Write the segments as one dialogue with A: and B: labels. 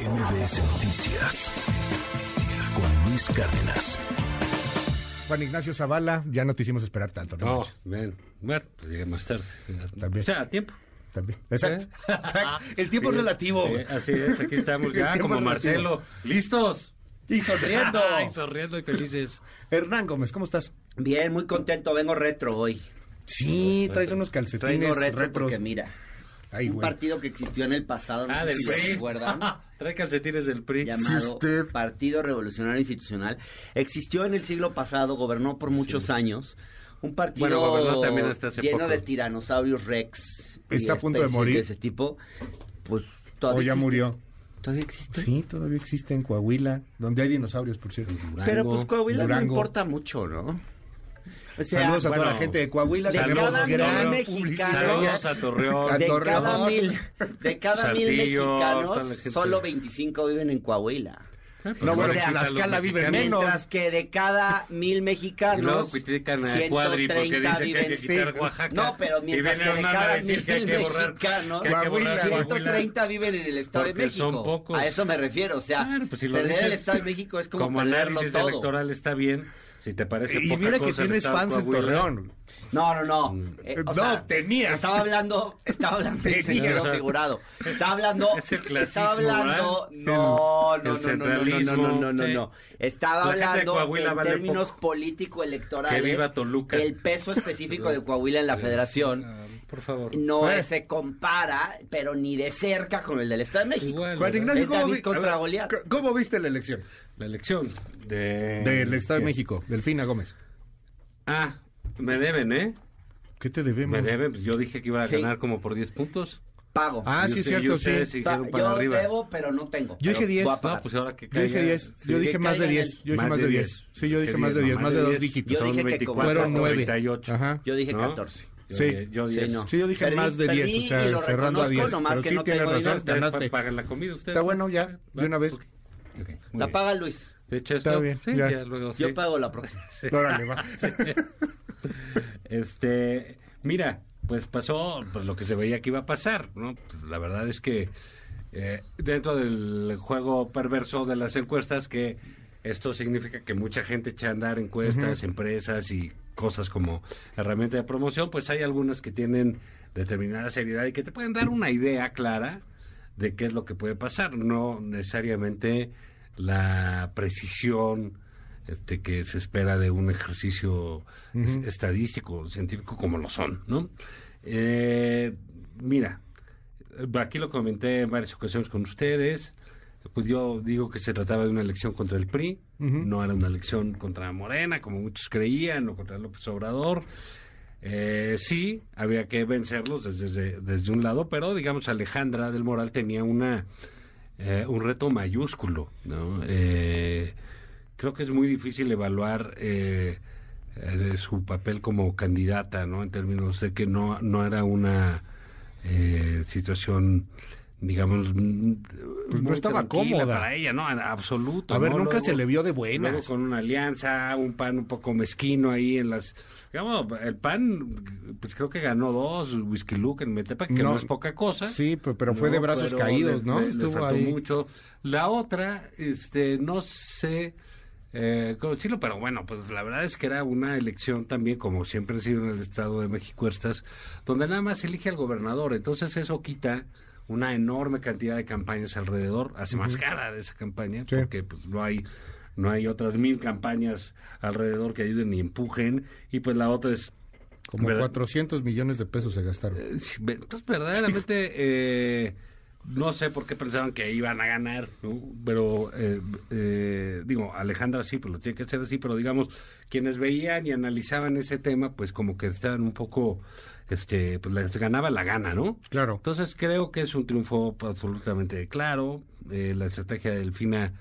A: MBS Noticias con Luis Cárdenas.
B: Juan Ignacio Zavala, ya no te hicimos esperar tanto, ¿no?
C: No,
B: manches?
C: bien. Bueno, pues llegué más tarde.
B: También.
C: O sea, a tiempo.
B: También. Exacto. Exacto. El tiempo es
C: Sí,
B: relativo.
C: sí, así es, aquí estamos
B: El
C: ya
B: tiempo
C: como
B: es relativo.
C: Marcelo. ¿Listos?
B: Y sonriendo.
C: Y sonriendo y felices.
B: Hernán Gómez, ¿cómo estás?
D: Bien, muy contento, vengo retro hoy.
B: Sí, traes unos
D: Vengo
B: calcetines
D: retro
B: retros.
D: porque mira,
B: Ay,
D: un
B: güey.
D: partido que existió en el pasado, no
C: Ah,
D: sé
C: del
D: si lo
C: PRI.
D: recuerdan,
C: Trae calcetines del PRI.
D: llamado
B: usted-
D: Partido Revolucionario Institucional. Existió en el siglo pasado, gobernó por muchos años. Un partido
C: Bueno, gobernó también hasta hace
D: lleno
C: poco.
D: de tiranosaurios rex. y
B: Está a punto de
D: especies
B: morir.
D: ese tipo, pues
B: O
D: todavía
B: Oh, ya
D: existe.
B: murió.
D: Todavía existe.
B: Sí, todavía existe en Coahuila, donde hay dinosaurios, por cierto.
D: Pero pues Coahuila no
B: Durango.
D: importa mucho, ¿no? O sea,
B: Saludos a toda
C: bueno,
B: la gente de Coahuila.
D: de
B: Tenemos
D: cada
B: gran
D: mil
B: publicidad.
C: Saludos a Torreón. Ah,
B: A
D: de
B: Torreón.
D: cada mil, de cada mil
C: Saltillo, toda
D: mexicanos,
C: la gente.
D: solo 25 viven en Coahuila.
C: pues
B: No, bueno,
D: O sea,
B: en Tlaxcala vive menos.
D: Mientras que de cada mil
C: Y luego
D: mexicanos,
C: critican a Cuadri porque dice que hay que quitar Oaxaca.
D: No, pero mientras
C: y
D: que
C: viene
D: de
C: Hernán a
D: cada
C: decir
D: mil
C: que hay que borrar.
D: mexicanos,
C: que hay que borrar a Coahuila.
D: 130 viven en el Estado de
C: Porque
D: México.
C: son pocos.
D: A eso me refiero, o sea,
C: Claro, pues si lo
D: perder el
C: dices
D: Estado de México es como,
C: Como
D: perderlo
C: análisis
D: todo.
C: electoral está bien. Si te parece
B: Y
C: poca
B: mira que
C: cosa el
B: tienes
C: estado
B: fans en
C: Coahuila.
B: Torreón.
D: No, no, no. Eh,
B: No,
D: o sea,
B: tenías.
D: Estaba hablando, estaba hablando del
B: Tenías.
D: señor figurado. Estaba hablando.
C: Es el clasismo,
D: estaba hablando. No,
C: El
D: no, no, no, no, no,
C: centralismo.
D: no, no, no, no. Estaba
C: La gente de
D: hablando
C: Coahuila
D: en
C: vale
D: términos
C: poco.
D: político-electorales.
C: Que viva Toluca.
D: El peso específico de Coahuila en la federación
C: Ah, Por favor.
D: no
B: Eh.
D: se compara, pero ni de cerca con el del Estado de México.
C: Igual,
B: Juan Ignacio,
D: Es
B: ¿cómo,
D: David
B: vi-
D: contra
B: a ver,
D: Goliat.
B: c- ¿cómo viste la elección
C: La elección de...
B: del Estado de México? Delfina Gómez.
C: Ah, me deben, ¿eh?
B: ¿Qué te debemos?
C: Me deben. pues, Yo dije que iba a
D: Sí.
C: ganar como por 10 puntos.
D: Pago.
B: Ah,
C: Y
B: sí,
C: usted-
B: cierto,
C: y ustedes
B: sí.
C: dijeron
D: Pa-
C: para
D: Ah, yo
C: arriba.
D: debo, pero no tengo.
B: Yo dije
D: Pero
B: 10.
D: voy a pagar.
C: No, pues ahora que
B: Yo dije
C: caiga,
B: 10,
C: sí.
B: yo
D: que
B: dije más de
D: caigan
B: 10,
D: en-
B: yo dije
C: Más
B: más
C: de
B: de
C: 10.
B: 10. Sí, yo dije
C: Que
B: más de
C: diez,
B: 10,
C: no,
B: más
C: más
B: de
C: de
B: 2
C: diez.
B: dígitos.
D: Yo
C: Son
D: dije que
C: 24,
D: como
B: Fueron 9.
C: 38.
B: Ajá.
D: Yo dije
C: ¿No?
D: 14.
C: Yo
B: Sí.
C: dije- Yo
D: Sí,
C: 10.
D: no.
B: Sí, yo dije
D: Perdí-
B: más de
D: perdí
B: 10, o
D: y
B: sea,
D: lo
B: cerrando a
D: reconozco,
B: 10.
D: nomás
B: Pero
D: que
B: sí
D: no
B: tienes
D: tengo
B: razón,
D: dinero.
B: ganaste.
C: Pagan la comida ustedes.
B: Está bueno ya, de una vez.
C: Ok, ok, muy
D: La
C: bien.
D: paga Luis.
C: De hecho,
B: Está
C: esto,
B: bien,
C: sí,
B: ya.
C: ya. luego sí.
D: Yo pago la próxima.
B: Órale, va.
C: Este, mira, pues pasó pues, lo que se veía que iba a pasar, ¿no? Pues, la verdad es que eh, dentro del juego perverso de las encuestas, que esto significa que mucha gente echa a andar encuestas, empresas y cosas como herramienta de promoción, pues hay algunas que tienen determinada seriedad y que te pueden dar una idea clara de qué es lo que puede pasar, no necesariamente la precisión este, que se espera de un ejercicio es- estadístico, científico, como lo son, ¿no? Eh, mira, eh, aquí lo comenté en varias ocasiones con ustedes, pues yo digo que se trataba de una elección contra el PRI, no era una elección contra Morena, como muchos creían, o contra López Obrador, eh, sí, había que vencerlos desde, desde, desde un lado, pero digamos Alejandra del Moral tenía una eh, un reto mayúsculo. ¿no? Eh, creo que es muy difícil evaluar eh, eh, su papel como candidata, ¿no? En términos de que no, no era una eh, situación digamos mm,
B: Pues no
C: muy
B: estaba
C: tranquila
B: cómoda.
C: para ella no en absoluto
B: A ver,
C: ¿no?
B: nunca
C: Luego-
B: se le vio de
C: Luego
B: buenas.
C: con una alianza, un pan un poco mezquino ahí en las... Digamos, el pan, pues creo que ganó dos, Whisky Luke en Metepa, que no,
B: No.
C: es poca cosa.
B: Sí, pero- pero fue de brazos
C: pues, pero
B: caídos,
C: le-
B: ¿no?
C: le- le
B: Estuvo
C: faltó
B: ahí.
C: mucho. La otra, este, no sé eh, cómo decirlo, pero bueno, pues la verdad es que era una elección también, como siempre ha sido en el Estado de México estas, donde nada más elige al gobernador. Entonces eso quita una enorme cantidad de campañas alrededor, hace más cara de esa campaña,
B: Sí.
C: porque pues no hay no hay otras mil campañas alrededor que ayuden y empujen y pues la otra es
B: Como
C: ¿verdad?
B: 400 millones de pesos se gastaron.
C: Eh, sí, ve- Entonces, verdaderamente, eh, no sé por qué pensaban que iban a ganar, ¿no? pero eh, eh, digo, Alejandra sí, pero lo tiene que hacer así, pero digamos, quienes veían y analizaban ese tema, pues como que estaban un poco, este, pues les ganaba la gana, ¿no?
B: Claro.
C: Entonces creo que es un triunfo absolutamente claro. Eh, la estrategia de Delfina,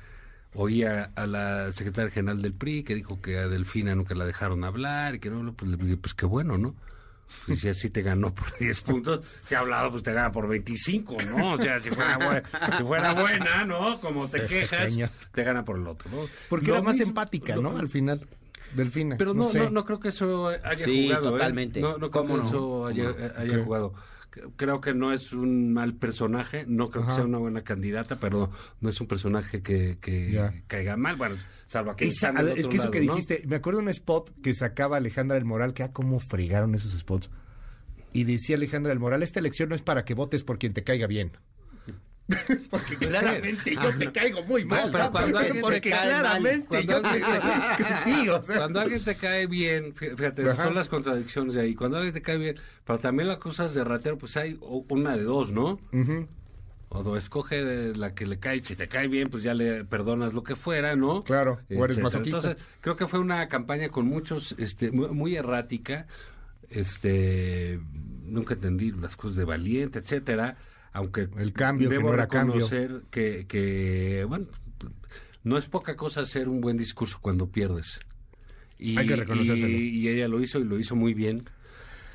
C: oía a la secretaria general del PRI que dijo que a Delfina nunca la dejaron hablar y que no, pues, le dije, pues qué bueno, ¿no? Y si así te ganó por 10 puntos, si ha hablado, pues te gana por 25, ¿no? O sea, si fuera, bue- si fuera buena, ¿no? Como te
B: Sí, está
C: quejas,
B: cañón.
C: te gana por el otro, ¿no?
B: Porque
C: Lo
B: era más
C: mismo-
B: empática,
C: lo-
B: ¿no? Al final. Delfina.
C: pero no, no,
B: sé.
C: no creo que eso haya
D: Sí,
C: jugado. ¿eh?
D: totalmente.
C: No, no creo
D: ¿Cómo
C: que
D: no?
C: eso haya,
B: no?
C: haya
B: Ok.
C: jugado. creo que no es un mal personaje, no creo que
B: Ajá.
C: sea una buena candidata, pero no es un personaje que, que
B: Ya.
C: caiga mal, bueno, salvo que...
B: Esa-
C: están
B: a
C: del
B: ver, es
C: otro
B: que eso
C: lado,
B: que
C: ¿no?
B: dijiste, me acuerdo un spot que sacaba Alejandra del Moral, que ah, cómo fregaron esos spots. Y decía Alejandra del Moral, esta elección no es para que votes por quien te caiga bien. porque claramente yo te caigo muy
C: No,
B: mal,
C: pero
B: ¿no?
C: cuando
B: porque,
C: alguien te
B: porque
D: cae mal,
B: claramente
C: cuando
B: yo te sí, o sea.
C: Cuando alguien te cae bien, fí- fíjate,
B: Ajá.
C: son las contradicciones de ahí. Cuando alguien te cae bien, pero también la cosa es de ratero, pues hay o- una de dos, ¿no?
B: Ujú,
C: O do- escoge la que le cae, si te cae bien, pues ya le perdonas lo que fuera, ¿no?
B: Claro, o eres
C: Etcétera.
B: masoquista.
C: Este, Entonces, creo que fue una campaña con muchos, este, mu- muy errática, este, nunca entendí las cosas de valiente, etcétera, aunque
B: El cambio, que
C: debo
B: no era cambio.
C: reconocer que, que, bueno, no es poca cosa hacer un buen discurso cuando pierdes. Y,
B: Hay que reconocérselo.
C: Y, y ella lo hizo y lo hizo muy bien.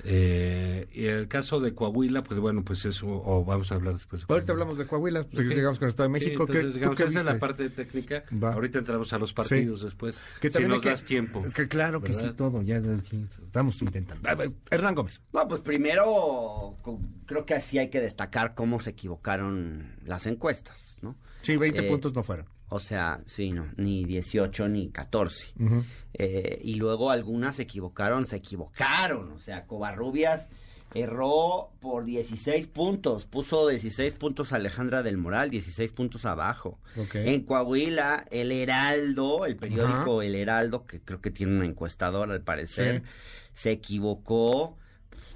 C: Eh, y el caso de Coahuila, pues bueno, pues eso, o vamos a hablar después. de
B: Ahorita
C: Coahuila.
B: hablamos de Coahuila, pues,
C: Ok.
B: llegamos con el Estado de
C: Sí,
B: México. ¿qué-
C: entonces,
B: tú
C: digamos,
B: qué
C: esa es la
B: viste?
C: parte técnica.
B: Va.
C: Ahorita entramos a los partidos después. si
B: también
C: nos
B: hay que-
C: das tiempo.
B: Que claro que
C: ¿verdad?
B: sí, todo, ya aquí estamos intentando. A ver, Hernán Gómez.
D: No, pues primero co- creo que así hay que destacar cómo se equivocaron las encuestas, ¿no?
B: Sí, 20
D: Eh,
B: puntos no fueron.
D: O sea, sí, no, ni 18 ni 14.
B: Ujú.
D: Eh, y luego algunas se equivocaron, se equivocaron. O sea, Covarrubias erró por 16 puntos, puso 16 puntos a Alejandra del Moral, 16 puntos abajo.
B: Ok.
D: En Coahuila, El Heraldo, el periódico El Heraldo, que creo que tiene una encuestadora al parecer,
B: Sí.
D: se equivocó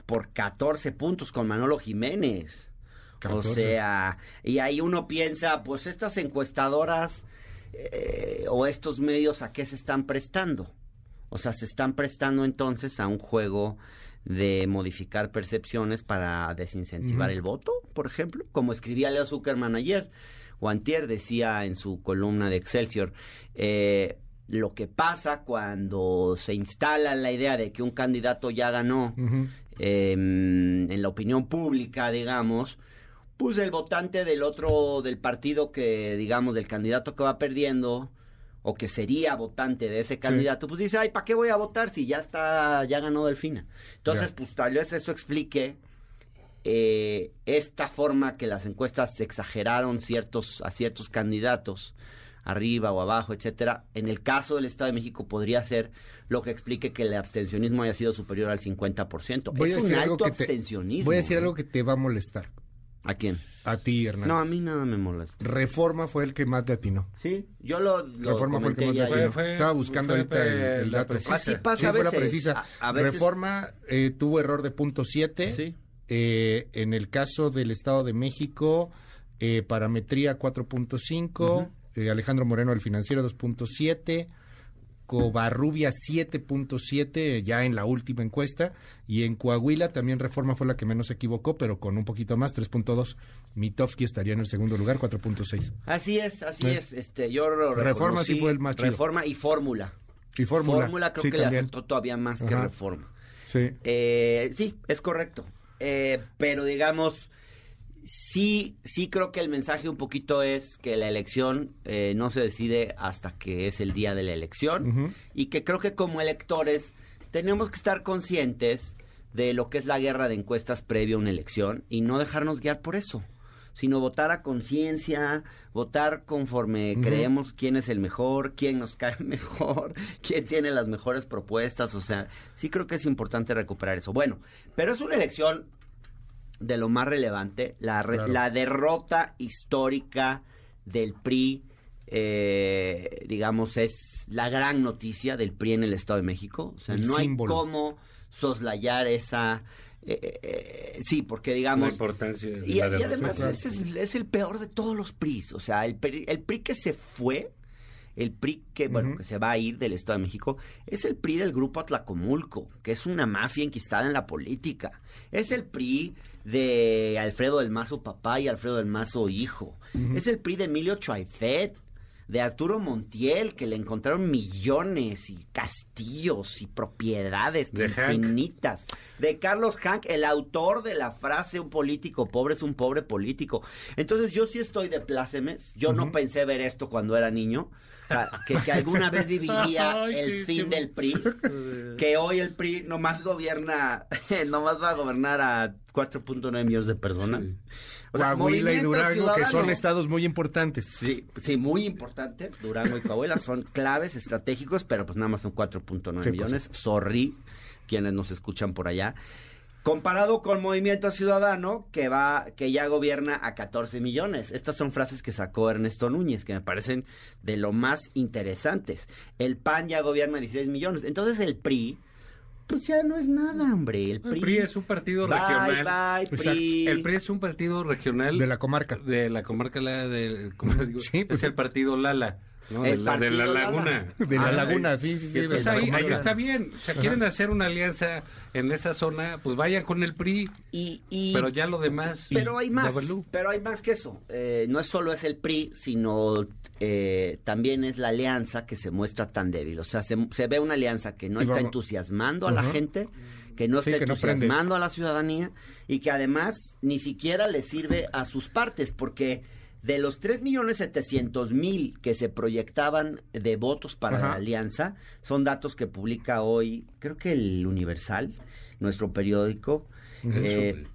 D: por 14 puntos con Manolo Jiménez. O
B: 14.
D: sea, y ahí uno piensa, pues estas encuestadoras eh, o estos medios a qué se están prestando. O sea, se están prestando entonces a un juego de modificar percepciones para desincentivar
B: Ujú.
D: el voto, por ejemplo, como escribía Leo Zuckerman ayer, o antier decía en su columna de Excelsior, eh, lo que pasa cuando se instala la idea de que un candidato ya ganó
B: Ujú.
D: eh, en la opinión pública, digamos, pues el votante del otro, del partido que, digamos, del candidato que va perdiendo, o que sería votante de ese candidato, pues dice, ay, ¿para qué voy a votar si ya está, ya ganó Delfina? Entonces,
B: Ya.
D: pues tal vez eso explique eh, esta forma que las encuestas exageraron ciertos, a ciertos candidatos arriba o abajo, etcétera. En el caso del Estado de México podría ser lo que explique que el abstencionismo haya sido superior al 50%.
B: Voy
D: es
B: a
D: un
B: decir algo
D: alto
B: que te-
D: abstencionismo.
B: Voy a decir
D: ¿eh?
B: algo que te va a molestar.
D: ¿A quién?
B: A ti, Hernán.
D: No, a mí nada me molesta.
B: Reforma fue el que más le atinó.
D: Sí, yo lo, lo
B: Reforma fue el que más
D: comenté
B: le
C: fue-
D: ya
B: atinó.
D: ayer.
C: fue-
B: Estaba buscando
C: fue,
B: ahorita el,
C: eh,
B: el
C: la
B: dato.
C: precisa.
D: Así pasa
B: Sí,
D: a
B: fue la
D: veces.
B: precisa.
D: A, a veces
B: Reforma eh, tuvo error de punto 7.
D: Sí.
B: Eh, en el caso del Estado de México, eh, parametría 4.5, eh, Alejandro Moreno el financiero 2.7, Covarrubia 7.7 ya en la última encuesta, y en Coahuila también Reforma fue la que menos se equivocó, pero con un poquito más, 3.2. Mitofsky estaría en el segundo lugar, 4.6.
D: Así es, así
B: Sí.
D: es. Este, yo lo
B: Reforma sí
D: reconocí.
B: fue el más chido.
D: Reforma y fórmula.
B: Y Fórmula.
D: creo
B: sí,
D: que le
B: también.
D: acertó todavía más que
B: Ajá.
D: reforma.
B: Sí.
D: Eh, sí, es correcto. Eh, pero digamos, sí, sí creo que el mensaje un poquito es que la elección eh, no se decide hasta que es el día de la elección
B: Ujú.
D: y que creo que como electores tenemos que estar conscientes de lo que es la guerra de encuestas previa a una elección y no dejarnos guiar por eso, sino votar a conciencia, votar conforme
B: Ujú.
D: creemos quién es el mejor, quién nos cae mejor, quién tiene las mejores propuestas, o sea, sí creo que es importante recuperar eso. Bueno, pero es una elección de lo más relevante, la, re-
B: Claro.
D: la derrota histórica del PRI, eh, digamos, es la gran noticia del PRI en el Estado de México. O sea,
B: El
D: no
B: símbolo.
D: hay cómo soslayar esa... eh, eh, eh, sí, porque
C: La
D: digamos...
C: importancia de
D: Y, y
C: la derrota.
D: además
B: claro.
D: ese es, el- es el peor de todos los PRIs. O sea, el, PRI el PRI que se fue, el PRI que, bueno,
B: Ujú.
D: que se va a ir del Estado de México, es el PRI del grupo Atlacomulco, que es una mafia enquistada en la política. Es el PRI de Alfredo del Mazo papá y Alfredo del Mazo hijo. Es el PRI de Emilio Choaifet. De Arturo Montiel, que le encontraron millones y castillos y propiedades
C: De Hank.
D: infinitas. De Carlos Hank, el autor de la frase un político pobre es un pobre político. Entonces yo sí estoy de plácemes. Yo no
B: Ujú.
D: pensé ver esto cuando era niño. O sea, que, que alguna vez viviría
C: Ay,
D: el
C: qué-
D: fin
C: qué-
D: del PRI. Que hoy el PRI nomás gobierna, nomás va a gobernar a 4.9 millones de personas.
C: Sí.
D: O sea,
B: Coahuila y
D: Movimiento
B: Durango, que son
D: Ciudadano.
B: estados muy importantes.
D: Sí, sí, muy importante. Durango y Coahuila son claves estratégicos, pero pues nada más son 4.9
B: Sí, pues,
D: millones. Sorry, quienes nos escuchan por allá. Comparado con Movimiento Ciudadano, que va, que ya gobierna a 14 millones. Estas son frases que sacó Ernesto Núñez, que me parecen de lo más interesantes. El PAN ya gobierna a 16 millones. Entonces el PRI, pues ya no es nada, hombre. El PRI,
C: El PRI es un partido
D: Bye,
C: regional.
D: bye,
B: Exacto.
D: PRI.
C: El PRI es un partido regional
B: De la comarca.
C: de la comarca la de ¿cómo le digo?
B: Sí, pues.
C: es el partido Lala ¿no? de,
D: El
C: la, de la
D: partido Lala.
C: laguna
B: De la
C: Ah,
B: laguna,
C: ahí.
B: sí, sí,
C: Y
B: sí. de
C: entonces
B: la
C: ahí, ahí
B: comarca.
C: está bien o sea quieren hacer una alianza en esa zona pues vayan con el PRI
D: Y, y-
C: pero ya lo demás
D: Pero hay más,
C: Babalú.
D: pero hay más que eso. Eh, no es solo es el PRI, sino eh, también es la alianza que se muestra tan débil. O sea, se, se ve una alianza que no
B: Y
D: está
B: vamos-
D: entusiasmando a la
B: Ajá.
D: gente, que no
B: Sí,
D: está
B: que no prende.
D: entusiasmando a la ciudadanía y que además ni siquiera le sirve a sus partes, porque de los 3.700.000 que se proyectaban de votos para
B: Ajá.
D: la alianza, son datos que publica hoy, creo que el Universal, nuestro periódico. eh,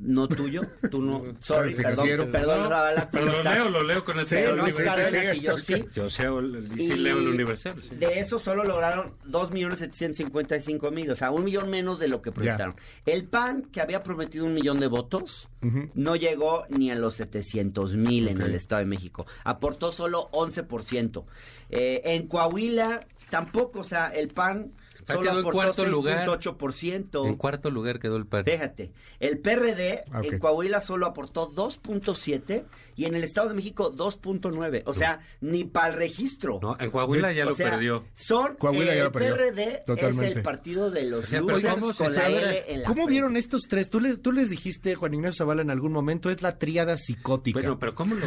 D: no tuyo, tú no. Sorry,
B: El
D: perdón,
B: financiero.
D: perdón,
C: No,
D: Zavala, tú
C: pero lo
D: estás-
C: leo lo leo con el
B: Sí,
D: pero
B: no,
D: Luis
B: sí,
C: universal.
D: Cárdenas
B: sí.
D: y yo sí.
C: yo sé, el- sí
D: Y
C: leo el universal sí.
D: De eso solo lograron 2.755.000, o sea, un millón menos de lo que proyectaron. El PAN, que había prometido un millón de votos,
B: Ujú.
D: no llegó ni a los 700 mil en
B: Ok.
D: el Estado de México. Aportó solo 11%. Eh, en Coahuila tampoco, o sea, el PAN
C: PAN
D: solo
C: quedó en
D: aportó
C: cuarto lugar.
D: 6.8%.
C: en cuarto lugar quedó el PAN
D: Fíjate, el PRD
B: Ah, ok.
D: en Coahuila solo aportó 2.7 y en el Estado de México 2.9. O sea, ni para el registro.
C: no en Coahuila ya
D: O
C: lo
D: sea,
C: perdió
D: Son, eh,
B: Coahuila
D: el
B: ya lo perdió.
D: PRD es
B: Totalmente.
D: el partido de los
C: O sea, pero
D: losers
C: ¿cómo e-? se
D: con la
C: sabe?
D: L en la
B: ¿Cómo
D: frente.
B: vieron estos tres? ¿Tú, le- tú les dijiste, Juan Ignacio Zavala, en algún momento, es la tríada psicótica.
C: bueno pero cómo lo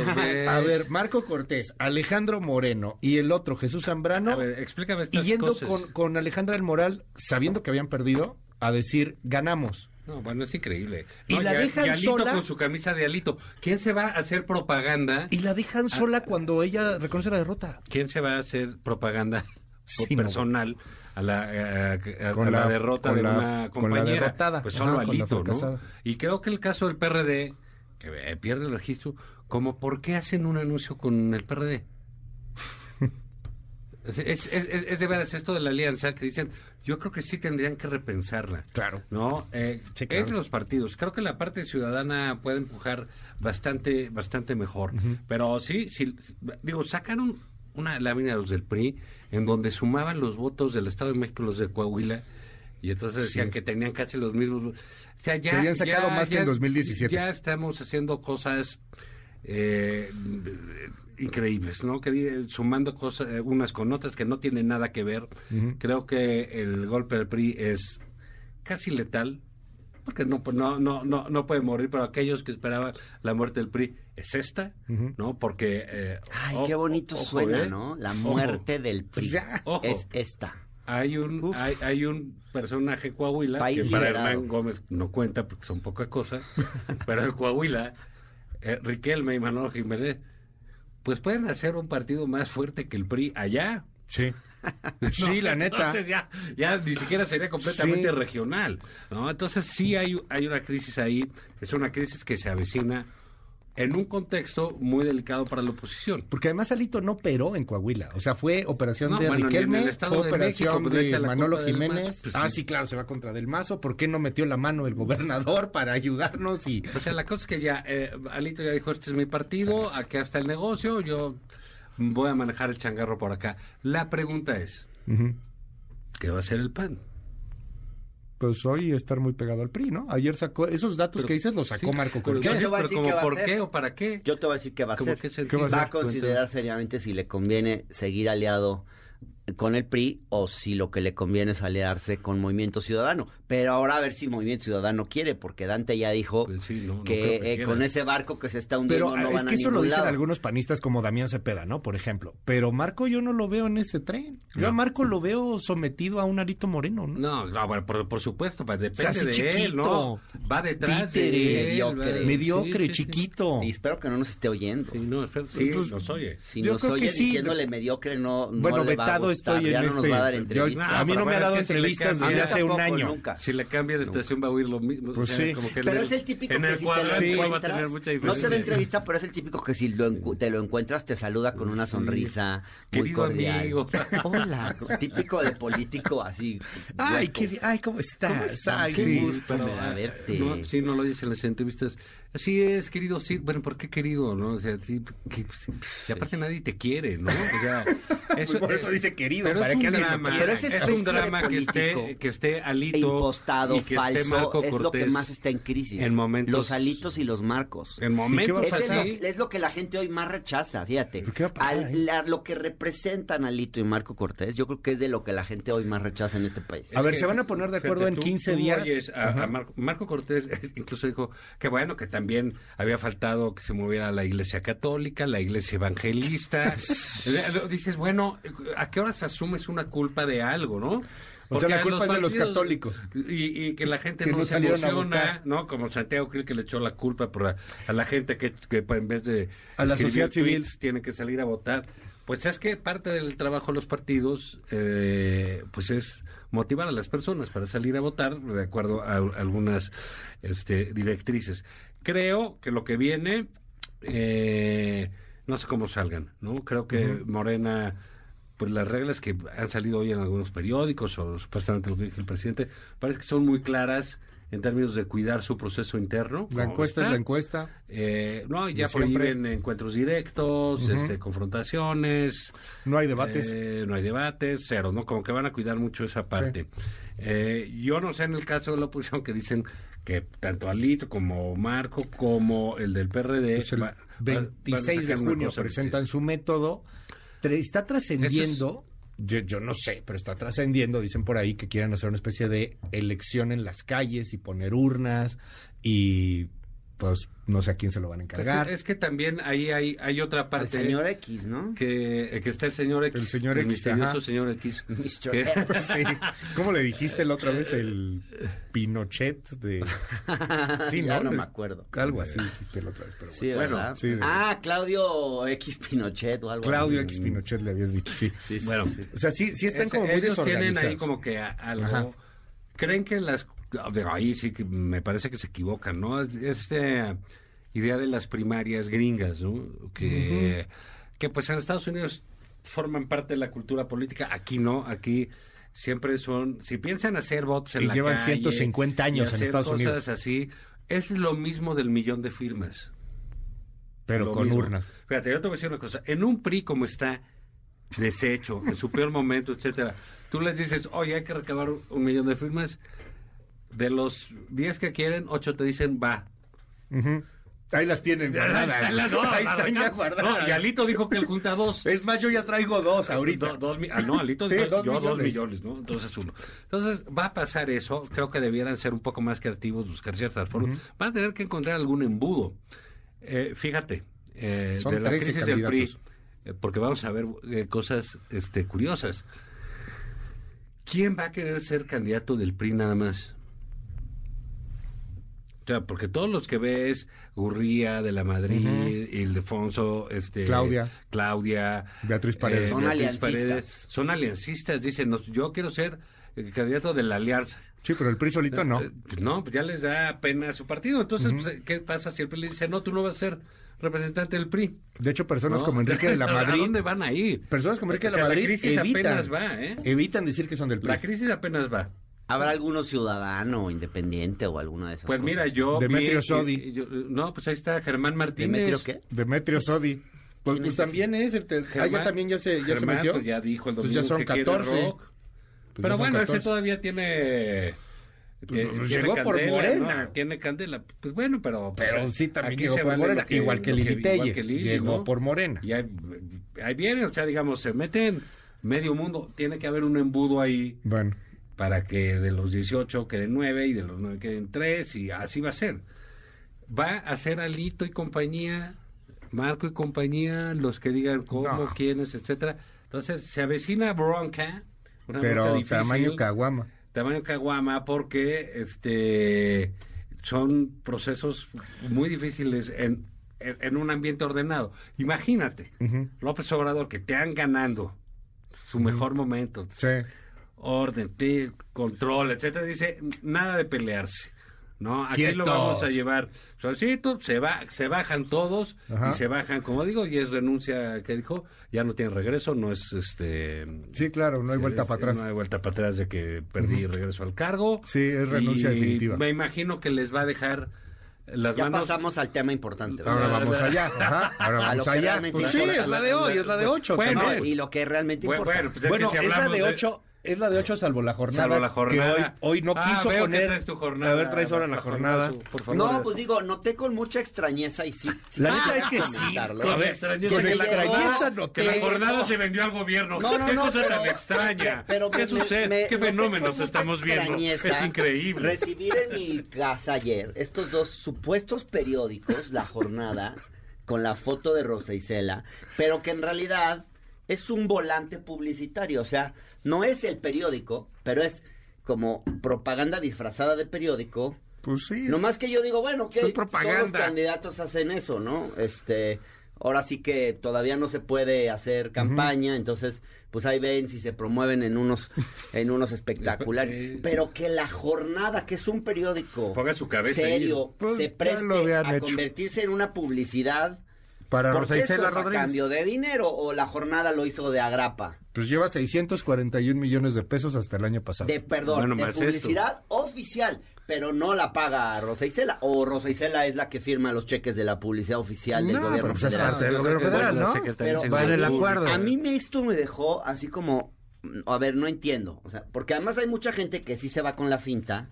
C: ves
B: A ver, Marco Cortés, Alejandro Moreno y el otro, Jesús
C: A
B: Zambrano,
C: ver, explícame estas
B: y yendo
C: cosas.
B: con, con Alejandra del Moral, sabiendo que habían perdido, a decir, ganamos.
C: No, bueno, es increíble.
B: Y
C: No,
B: la dejan
C: y Alito
B: sola.
C: con su camisa de Alito. ¿Quién se va a hacer propaganda?
B: Y la dejan sola cuando ella reconoce la derrota.
C: ¿Quién se va a hacer propaganda
B: Sí,
C: por
B: no.
C: personal a la, eh, a- a-
B: Con
C: a la
B: la-
C: derrota
B: con
C: de
B: la-
C: una
B: con la
C: compañera?
B: derrotada.
C: Pues solo
B: Ajá, con la
C: Alito, ¿no?
B: fracasada.
C: Y creo que el caso del PRD, que eh, pierde el registro, como ¿por qué hacen un anuncio con el PRD? Es, es, es- es- es de veras esto de la alianza que dicen, yo creo que sí tendrían que repensarla.
B: Claro.
C: ¿no? Eh,
B: Sí, claro.
C: En los partidos. Creo que la parte ciudadana puede empujar bastante, bastante mejor. Pero sí, sí, digo, sacaron una lámina los del PRI en donde sumaban los votos del Estado de México, los de Coahuila. Y entonces decían
B: es.
C: que tenían casi los mismos. vo- O sea, ya.
B: Que habían sacado
C: ya-
B: más que
C: ya-
B: en 2017.
C: Ya estamos haciendo cosas eh, increíbles, ¿no? Que di- sumando cosas eh, unas con otras que no tienen nada que ver. Creo que el golpe del PRI es casi letal, porque no pues, no no no no puede morir, pero aquellos que esperaban la muerte del PRI es esta,
B: Ujú.
C: ¿no? Porque eh,
D: Ay,
C: o-
D: qué bonito
C: ojo,
D: suena,
C: ¿eh?
D: ¿no? La
C: Ojo.
D: muerte del PRI.
B: Ya.
C: Ojo.
D: Es esta.
C: Hay un, hay, hay un personaje en Coahuila,
D: País
C: que para
D: liberal.
C: Hernán Gómez no cuenta porque son poca cosa, pero en Coahuila, eh, Riquelme y Manolo Jiménez, pues pueden hacer un partido más fuerte que el PRI allá.
B: Sí. Sí, la neta.
C: Entonces ya, ya ni siquiera sería completamente
B: Sí.
C: regional. ¿no? Entonces sí hay, hay una crisis ahí, es una crisis que se avecina en un contexto muy delicado para la oposición.
B: Porque además Alito no operó en Coahuila. O sea, fue operación
C: No,
B: de
C: bueno, ni en
B: Riquelme,
C: el Estado
B: fue
C: de
B: operación
C: México, pues, le echa
B: de
C: la
B: Manolo
C: culpa del
B: Jiménez.
C: Mazo, pues,
B: ah,
C: sí.
B: sí, claro, se va contra Del Mazo. ¿Por qué no metió la mano el gobernador para ayudarnos? Y
C: O sea, la cosa es que ya, eh, Alito ya dijo, este es mi partido, aquí está el negocio, yo voy a manejar el changarro por acá. La pregunta es, ¿qué va a hacer el PAN?
B: pues hoy estar muy pegado al PRI, ¿no? Ayer sacó, esos datos Pues
C: Pero-
B: que dices los sacó
C: Sí,
B: Marco
C: pero
B: Cortés.
C: entonces,
D: Yo te voy a
C: pero
D: decir
C: como,
D: qué va a
C: ¿Por
D: hacer.
C: qué o para qué?
D: Yo te voy a decir qué va a
C: Como
D: hacer.
C: que se-
B: ¿Qué va a
D: va a
B: hacer?
D: considerar seriamente si le conviene seguir aliado con el PRI o si lo que le conviene es aliarse con Movimiento Ciudadano. Pero ahora a ver si Movimiento Ciudadano quiere, porque Dante ya dijo
C: Pues sí, no, no
D: que,
C: creo que
D: eh, con
C: quiera.
D: ese barco que se está hundiendo
B: Pero
D: no
B: ah, es
D: van a
B: que eso
D: ningún
B: lo dicen
D: lado.
B: algunos panistas como Damián Cepeda, ¿no? Por ejemplo. Pero Marco yo no lo veo en ese tren. Yo a
C: No.
B: Marco lo veo sometido a un Alito Moreno, ¿no?
C: No, no, bueno, por, por supuesto, pues, depende
B: así
C: de él, ¿no?
B: chiquito.
C: Va detrás
B: Títere,
C: de él. va-
D: mediocre.
C: sí,
B: Mediocre,
C: sí, sí.
B: chiquito.
D: Y espero que no nos esté oyendo.
C: Sí, no, espero- sí,
B: Pues,
C: nos oye.
D: Si
B: Yo
D: nos
B: creo que
D: oye
B: sí.
D: diciéndole mediocre, no, no
B: bueno,
D: le va a
B: vetado
D: entrevistar,
B: estoy
D: ya
B: en
D: no nos va a dar
B: este. yo-
D: entrevistas.
B: a mí no
C: Pero
B: me ha
C: bueno,
B: dado
C: es que se le
B: entrevistas
C: cambia.
B: desde
D: A mí
B: hace un
D: tampoco,
B: año.
D: nunca.
C: Si le cambia de estación va a oír lo mismo.
B: Pues sí.
C: que en
D: Pero es el típico
C: en
D: que
C: el
D: si
C: cuadrante
D: te lo
C: va a
D: encuentras,
C: tener mucha
D: no te
C: diferencia.
D: da entrevista, pero es el típico que si lo encu- te lo encuentras te saluda con una sonrisa muy
C: Querido
D: cordial.
C: amigo.
D: Hola, típico de político así.
B: Ay,
D: hueco.
B: qué, di- ay, ¿cómo estás? Ay,
D: Qué
B: sí.
D: gusto me da
C: Ah,
D: verte.
C: No, sí, no lo dicen las entrevistas. Así es, querido, sí. Bueno, ¿por qué querido? No? O sea, sí, que- pues, y aparte nadie te quiere, ¿no? O sea,
B: Pues por eso
C: eh,
B: dice querido,
C: pero
B: para
C: es un
B: que alguien lo
C: drama,
B: quiera.
D: Pero esa
C: es
D: especie
C: un drama
D: de
C: que esté,
D: político E
C: que esté alito
D: impostado,
C: y que esté
D: falso,
C: Marco
D: es lo que
C: Cortés
D: más está en crisis.
C: En momentos,
D: Los alitos y los marcos.
C: en
B: ¿Y qué va a
C: momentos
D: Ese es, lo,
C: así.
D: es lo que la gente hoy más rechaza, fíjate.
B: ¿Pero qué va a pasar
D: Al-
B: ahí?
D: la- lo que representan Alito y Marco Cortés, yo creo que es de lo que la gente hoy más rechaza en este país.
B: A ver, ¿se van a poner de acuerdo en 15 días?
C: oyes a- a, Marco, Marco Cortés incluso dijo que bueno, que también había faltado que se moviera la iglesia católica, la iglesia evangelista. Eh, lo- Dices, bueno, ¿a qué horas asumes una culpa de algo, no?
B: O sea, la
C: a
B: culpa es de los católicos.
C: Y, y que la gente
B: Que
C: no,
B: no
C: se
B: salieron a
C: emociona,
B: votar.
C: ¿no? Como Santiago Krill que le echó la culpa por la- a la gente que, que en vez de
B: A la
C: escribir
B: sociedad civil.
C: tweets, tiene que salir a votar. Pues es que parte del trabajo de los partidos, eh, pues es motivar a las personas para salir a votar, de acuerdo a algunas este, directrices. Creo que lo que viene, eh, no sé cómo salgan, ¿no? Creo que Morena, pues las reglas que han salido hoy en algunos periódicos, o supuestamente lo que dijo el presidente, parece que son muy claras en términos de cuidar su proceso interno.
B: La
C: como
B: encuesta es
C: está.
B: la encuesta.
C: Eh, no,
B: De
C: ya
B: siempre.
C: prohíben encuentros directos, este, confrontaciones.
B: No hay debates.
C: eh, no hay debates, cero, ¿no? Como que van a cuidar mucho esa parte. Eh, yo no sé en el caso de la oposición que dicen que tanto Alito como Marco como el del PRD.
B: Pues el
C: va- va- van a
B: 26 de
C: sacar una
B: junio
C: cosa,
B: presentan
C: sí.
B: su método. Tra- Está trascendiendo, yo, yo no sé, pero está trascendiendo, dicen por ahí que quieren hacer una especie de elección en las calles y poner urnas y pues no sé a quién se lo van a
C: Pues
B: encargar.
C: es, es que también ahí hay, hay otra
D: Al
C: parte.
D: señor X, ¿no?
C: que, que está el señor X.
B: El señor X,
C: misterioso
B: ajá.
C: señor X.
D: Mr.
C: que-
D: X.
B: Sí. ¿Cómo le dijiste la otra vez el Pinochet de... Sí,
D: ya
B: ¿no?
D: no me acuerdo.
B: Algo así dijiste la otra vez, pero
D: Sí,
B: bueno.
D: ¿verdad?
B: sí, de-
D: ah, Claudio X Pinochet o algo
B: Claudio
D: así.
B: X Pinochet le habías dicho, sí.
C: Bueno,
B: O sea, sí, sí están
C: Es-
B: como muy
C: ellos
B: desorganizados.
C: tienen ahí como que a- algo.
B: Ajá.
C: Creen que las. ah, digo, ahí sí que me parece que se equivocan, ¿no? Es- Esta idea de las primarias gringas, ¿no? Que, que pues en Estados Unidos forman parte de la cultura política. Aquí no, aquí. Siempre son, si piensan hacer votos en
B: Y
C: la
B: llevan
C: calle
B: 150 años
C: y
B: en
C: hacer
B: Estados
C: cosas
B: Unidos.
C: así, es lo mismo del millón de firmas.
B: pero
C: Lo
B: con
C: mismo.
B: urnas.
C: Fíjate, yo te voy a decir una cosa. En un PRI como está deshecho, en su peor momento, etcétera, tú les dices, oye, hay que recabar un- un millón de firmas. De los 10 que quieren, 8 te dicen, va.
B: Ujú. Ahí las tienen guardadas. Ahí están ya guardadas.
C: No, y Alito dijo que él junta dos.
B: Es más, yo ya traigo dos ahorita.
C: Do- dos mi- ah, no, Alito
B: Sí,
C: dijo,
B: dos
C: yo dos
B: millones.
C: millones, ¿no? Entonces uno. Entonces va a pasar eso. Creo que debieran ser un poco más creativos, buscar ciertas formas. Van a tener que encontrar algún embudo. Eh, fíjate, eh,
B: Son
C: de la
B: 13
C: crisis del PRI,
B: candidatos.
C: eh, porque vamos a ver eh, cosas este, curiosas. ¿Quién va a querer ser candidato del PRI nada más? O sea, porque todos los que ves, Gurría de la Madrid, Ildefonso, este,
B: Claudia.
C: Claudia,
B: Beatriz Paredes.
D: Eh, Son
C: Beatriz
D: aliancistas.
C: son aliancistas, dicen, "Nos- yo quiero ser el candidato de la alianza.
B: Sí, pero el PRI solito no.
C: Eh, pues no, pues ya les da pena su partido. Entonces, pues, ¿qué pasa si el PRI le dice, no, tú no vas a ser representante del PRI?
B: De hecho, personas
C: ¿No?
B: como Enrique de la
C: ¿A
B: Madrid.
C: dónde van a ir?
B: Personas como Enrique de
C: O
B: la
C: sea,
B: Madrid
C: crisis
B: evitan,
C: apenas va, ¿eh?
B: evitan decir que son del PRI.
C: La crisis apenas va.
D: ¿Habrá alguno ciudadano independiente o alguna de esas
C: Pues
D: cosas?
C: mira, yo...
B: Demetrio Sodi.
C: y- y yo- no, pues ahí está Germán Martínez.
D: ¿Demetrio qué?
B: Demetrio Sodi. Pues,
D: ¿Quién
B: pues
D: es ese?
B: también es. El te- ah, ya también ya se, ya se
C: Germán,
B: metió.
C: pues, ya dijo el
B: Entonces
C: domingo
B: ya son
C: que quiere
B: 14.
C: rock.
B: Pues ya
C: Pero
B: son
C: bueno,
B: 14.
C: ese todavía tiene...
B: pues, llegó por Morena.
C: ¿no? Tiene candela. Pues bueno, pero... pues,
B: Pero sí también
C: aquí
B: llegó
C: se
B: por
C: vale
B: Morena.
C: lo que-
B: igual que
C: lo
B: Lili
C: igual
B: Telles.
C: que Lili,
B: llegó
C: ¿no?
B: por Morena.
C: Y ahí, ahí viene, o sea, digamos, se meten medio mundo. Tiene que haber un embudo ahí
B: Bueno.
C: para que de los 18 queden 9 y de los 9 queden 3 y así va a ser. Va a ser Alito y compañía, Marco y compañía, los que digan cómo,
B: No.
C: quiénes, etcétera. Entonces, se avecina bronca, una bronca
B: Pero
C: difícil,
B: tamaño caguama.
C: tamaño caguama, porque este son procesos muy difíciles en, en- en un ambiente ordenado. Imagínate,
B: Ujú.
C: López Obrador, que te han ganando su mejor momento.
B: Sí.
C: Orden, pi- control, etcétera. Dice, nada de pelearse. ¿No? Aquí lo
E: Quietos.
C: vamos a llevar. Solcito, se va, se bajan todos
B: Ajá.
C: y se bajan, como digo, y es renuncia que dijo, ya no tiene regreso, no es este
B: Sí, claro, no hay
C: Sí,
B: vuelta
C: es-
B: para atrás.
C: No hay vuelta para atrás de que perdí regreso al cargo.
B: Sí, es renuncia
C: Y
B: definitiva.
C: Me imagino que les va a dejar las
D: Ya
C: manos.
D: pasamos al tema importante. ¿verdad?
B: Ahora vamos allá, ajá, ahora
D: A
B: vamos
D: lo que
B: allá.
D: realmente
B: Pues sí,
D: importa.
B: es la de hoy, es la de ocho
C: Bueno,
D: No,
B: también.
D: y lo que realmente
C: Bueno,
D: importa.
C: bueno, pues es
B: bueno,
C: que si
B: es la
C: hablamos
B: de ocho, es la de ocho salvo la jornada.
C: Salvo la jornada.
B: Que hoy, hoy no
C: Ah,
B: quiso
C: veo que
B: poner.
C: traes tu jornada,
B: a ver, traes ahora la
C: Rafa
B: jornada.
C: Juan Mazo, por favor.
D: No, pues digo, noté con mucha extrañeza y sí. sí
B: La
D: quería
B: neta es que sí. A
D: comentarlo.
C: Con
B: ver,
C: extrañeza
B: con
C: que la
B: extrañeza
C: jornada-
B: noté.
C: Que la jornada se vendió al gobierno.
D: No, no,
C: Qué
D: no,
C: cosa
D: pero-
C: tan extraña.
D: pero
C: ¿Qué
D: me-
C: sucede?
D: me-
C: ¿Qué
D: me-
C: fenómenos
D: tengo
C: estamos
D: mucha
C: viendo?
D: extrañeza
C: Es increíble.
D: Recibir en mi casa ayer estos dos supuestos periódicos, La Jornada, con la foto de Rosa Isela, pero que en realidad es un volante publicitario. O sea, no es el periódico, pero es como propaganda disfrazada de periódico.
B: Pues sí.
D: No más que yo digo, bueno, que
B: Eso es
D: todos los
B: propaganda.
D: candidatos hacen eso, ¿no? Este, ahora sí que todavía no se puede hacer campaña, entonces, pues ahí ven si se promueven en unos, en unos espectaculares.
C: Sí.
D: Pero que la jornada, que es un periódico
C: Ponga su cabeza ahí.
D: serio,
B: Pues,
D: se
B: ya lo
D: preste
B: habían
D: a
B: hecho.
D: convertirse en una publicidad.
B: Para
D: porque
B: Rosa
D: esto
B: Isela
D: es a
B: Rodríguez.
D: cambio de dinero o la jornada lo hizo de agrapa,
B: Pues lleva 641 millones de pesos hasta el año pasado.
D: de perdón,
C: Bueno,
D: de
C: más esto.
D: publicidad oficial, pero no la paga Rosa Isela o Rosa Isela es la que firma los cheques de la publicidad oficial del
B: No,
D: gobierno
B: pero pues es
D: federal.
B: parte del gobierno federal, ¿no?
D: Pero
B: Va en el acuerdo.
D: A mí me, esto me dejó así como, mm, a ver, no entiendo. O sea, porque además hay mucha gente que sí se va con la finta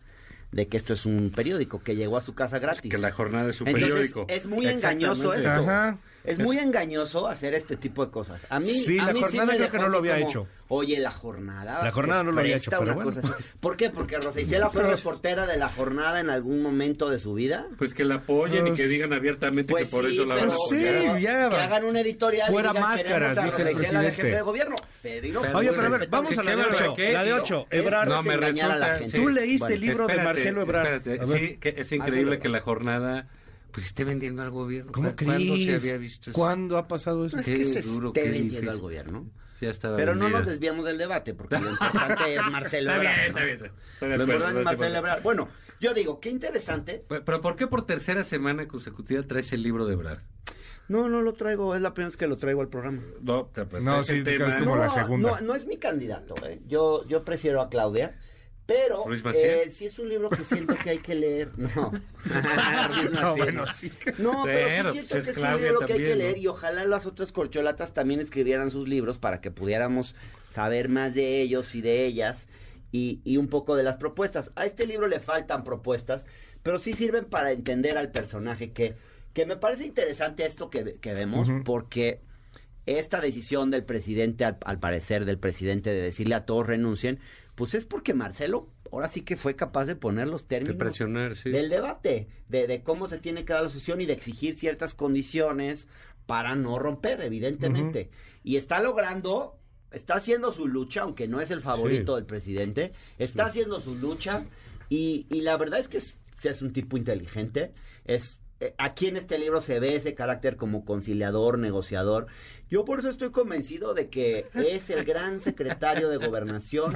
D: de que esto es un periódico que llegó a su casa gratis.
C: Que la jornada es un
D: Entonces,
C: periódico.
D: Es muy engañoso
C: Exactamente.
D: esto.
B: Ajá.
D: Es muy engañoso hacer este tipo de cosas. A mí,
B: Sí,
D: a
B: la
D: mí
B: jornada
D: me
B: creo
D: dejó
B: que no lo
D: así
B: había
D: como,
B: hecho.
D: Oye, la jornada.
B: La
D: se
B: jornada no lo había
D: presta
B: hecho, pero
D: una
B: bueno, Pues-
D: cosa así". ¿Por qué? Porque Rosa Isela fue reportera de la jornada en algún momento de su vida. Pues
C: Pues que la apoyen y
B: Pues-
C: que digan abiertamente que por eso la van a
B: pero-
C: apoyar.
B: Sí,
D: pero
B: ya.
D: Que hagan un editorial. y
B: Fuera
D: digan,
B: máscaras,
D: "Queremos a
B: dice el
D: Rosa Isela de
B: presidente.
D: jefe de gobierno. Federico,
B: Oye, pero a ver,
D: respetable.
B: vamos a la de
C: Porque
B: ocho.
C: qué
B: La de
C: es,
B: ocho,
D: Es
B: Ebrard.
C: No, me
D: desengañar a la
C: resulta-
D: gente.
B: Tú leíste el
D: Bueno,
B: libro de
C: Espérate,
B: Marcelo Ebrard.
C: espérate.
B: A ver.
C: Ah, Sí, que es increíble que la jornada pues esté vendiendo al gobierno.
B: ¿Cómo
C: ¿Cuándo
B: crees?
C: se había visto eso?
B: ¿Cuándo ha pasado eso?
D: No es
C: Qué
D: que se
C: duro,
D: esté
C: qué
D: vendiendo
C: difícil.
D: al gobierno.
C: Ya estaba
D: Pero no
C: vendida.
D: nos desviamos del debate, porque lo importante es Marcelo
C: Está bien,
D: Ebrard,
C: está
D: ¿no?
C: bien. Estoy de acuerdo,
D: Lo importante
C: estoy de
D: es Marcelo
C: acuerdo.
D: Ebrard. Bueno, yo digo, qué interesante.
C: Pero, pero ¿por qué por tercera semana consecutiva traes el libro de Ebrard?
D: No, no lo traigo, es la primera vez que lo traigo al programa.
C: No, te- pues,
B: No,
C: traes
B: sí,
C: el
B: que
C: tema.
B: es como- la segunda.
D: No, no es mi candidato, ¿eh? yo, yo prefiero a Claudia. Pero
C: Ruiz Maciel.
D: eh, sí es un libro que siento que hay que leer. No. Ruiz
B: No,
D: Maciel.
B: bueno, sí.
D: Pues, No, pero
C: Pero,
D: sí siento
C: pues, es
D: que es un
C: Claudia
D: libro que hay que
C: también, ¿no?
D: leer y ojalá las otras corcholatas también escribieran sus libros para que pudiéramos saber más de ellos y de ellas y, y un poco de las propuestas. A este libro le faltan propuestas, pero sí sirven para entender al personaje que, que me parece interesante esto que, que vemos
B: Ujú.
D: porque esta decisión del presidente, al, al parecer del presidente, de decirle a todos renuncien, pues es porque Marcelo ahora sí que fue capaz de poner los
C: De
D: términos
C: presionar, sí.
D: del debate, de, de cómo se tiene que dar la sesión y de exigir ciertas condiciones para no romper, evidentemente. Y está logrando, está haciendo su lucha, aunque no es el favorito
C: Sí.
D: del presidente, está haciendo su lucha y, y la verdad es que es, es un tipo inteligente, es... eh, Aquí en este libro se ve ese carácter como conciliador, negociador. Yo por eso estoy convencido de que es el gran secretario de gobernación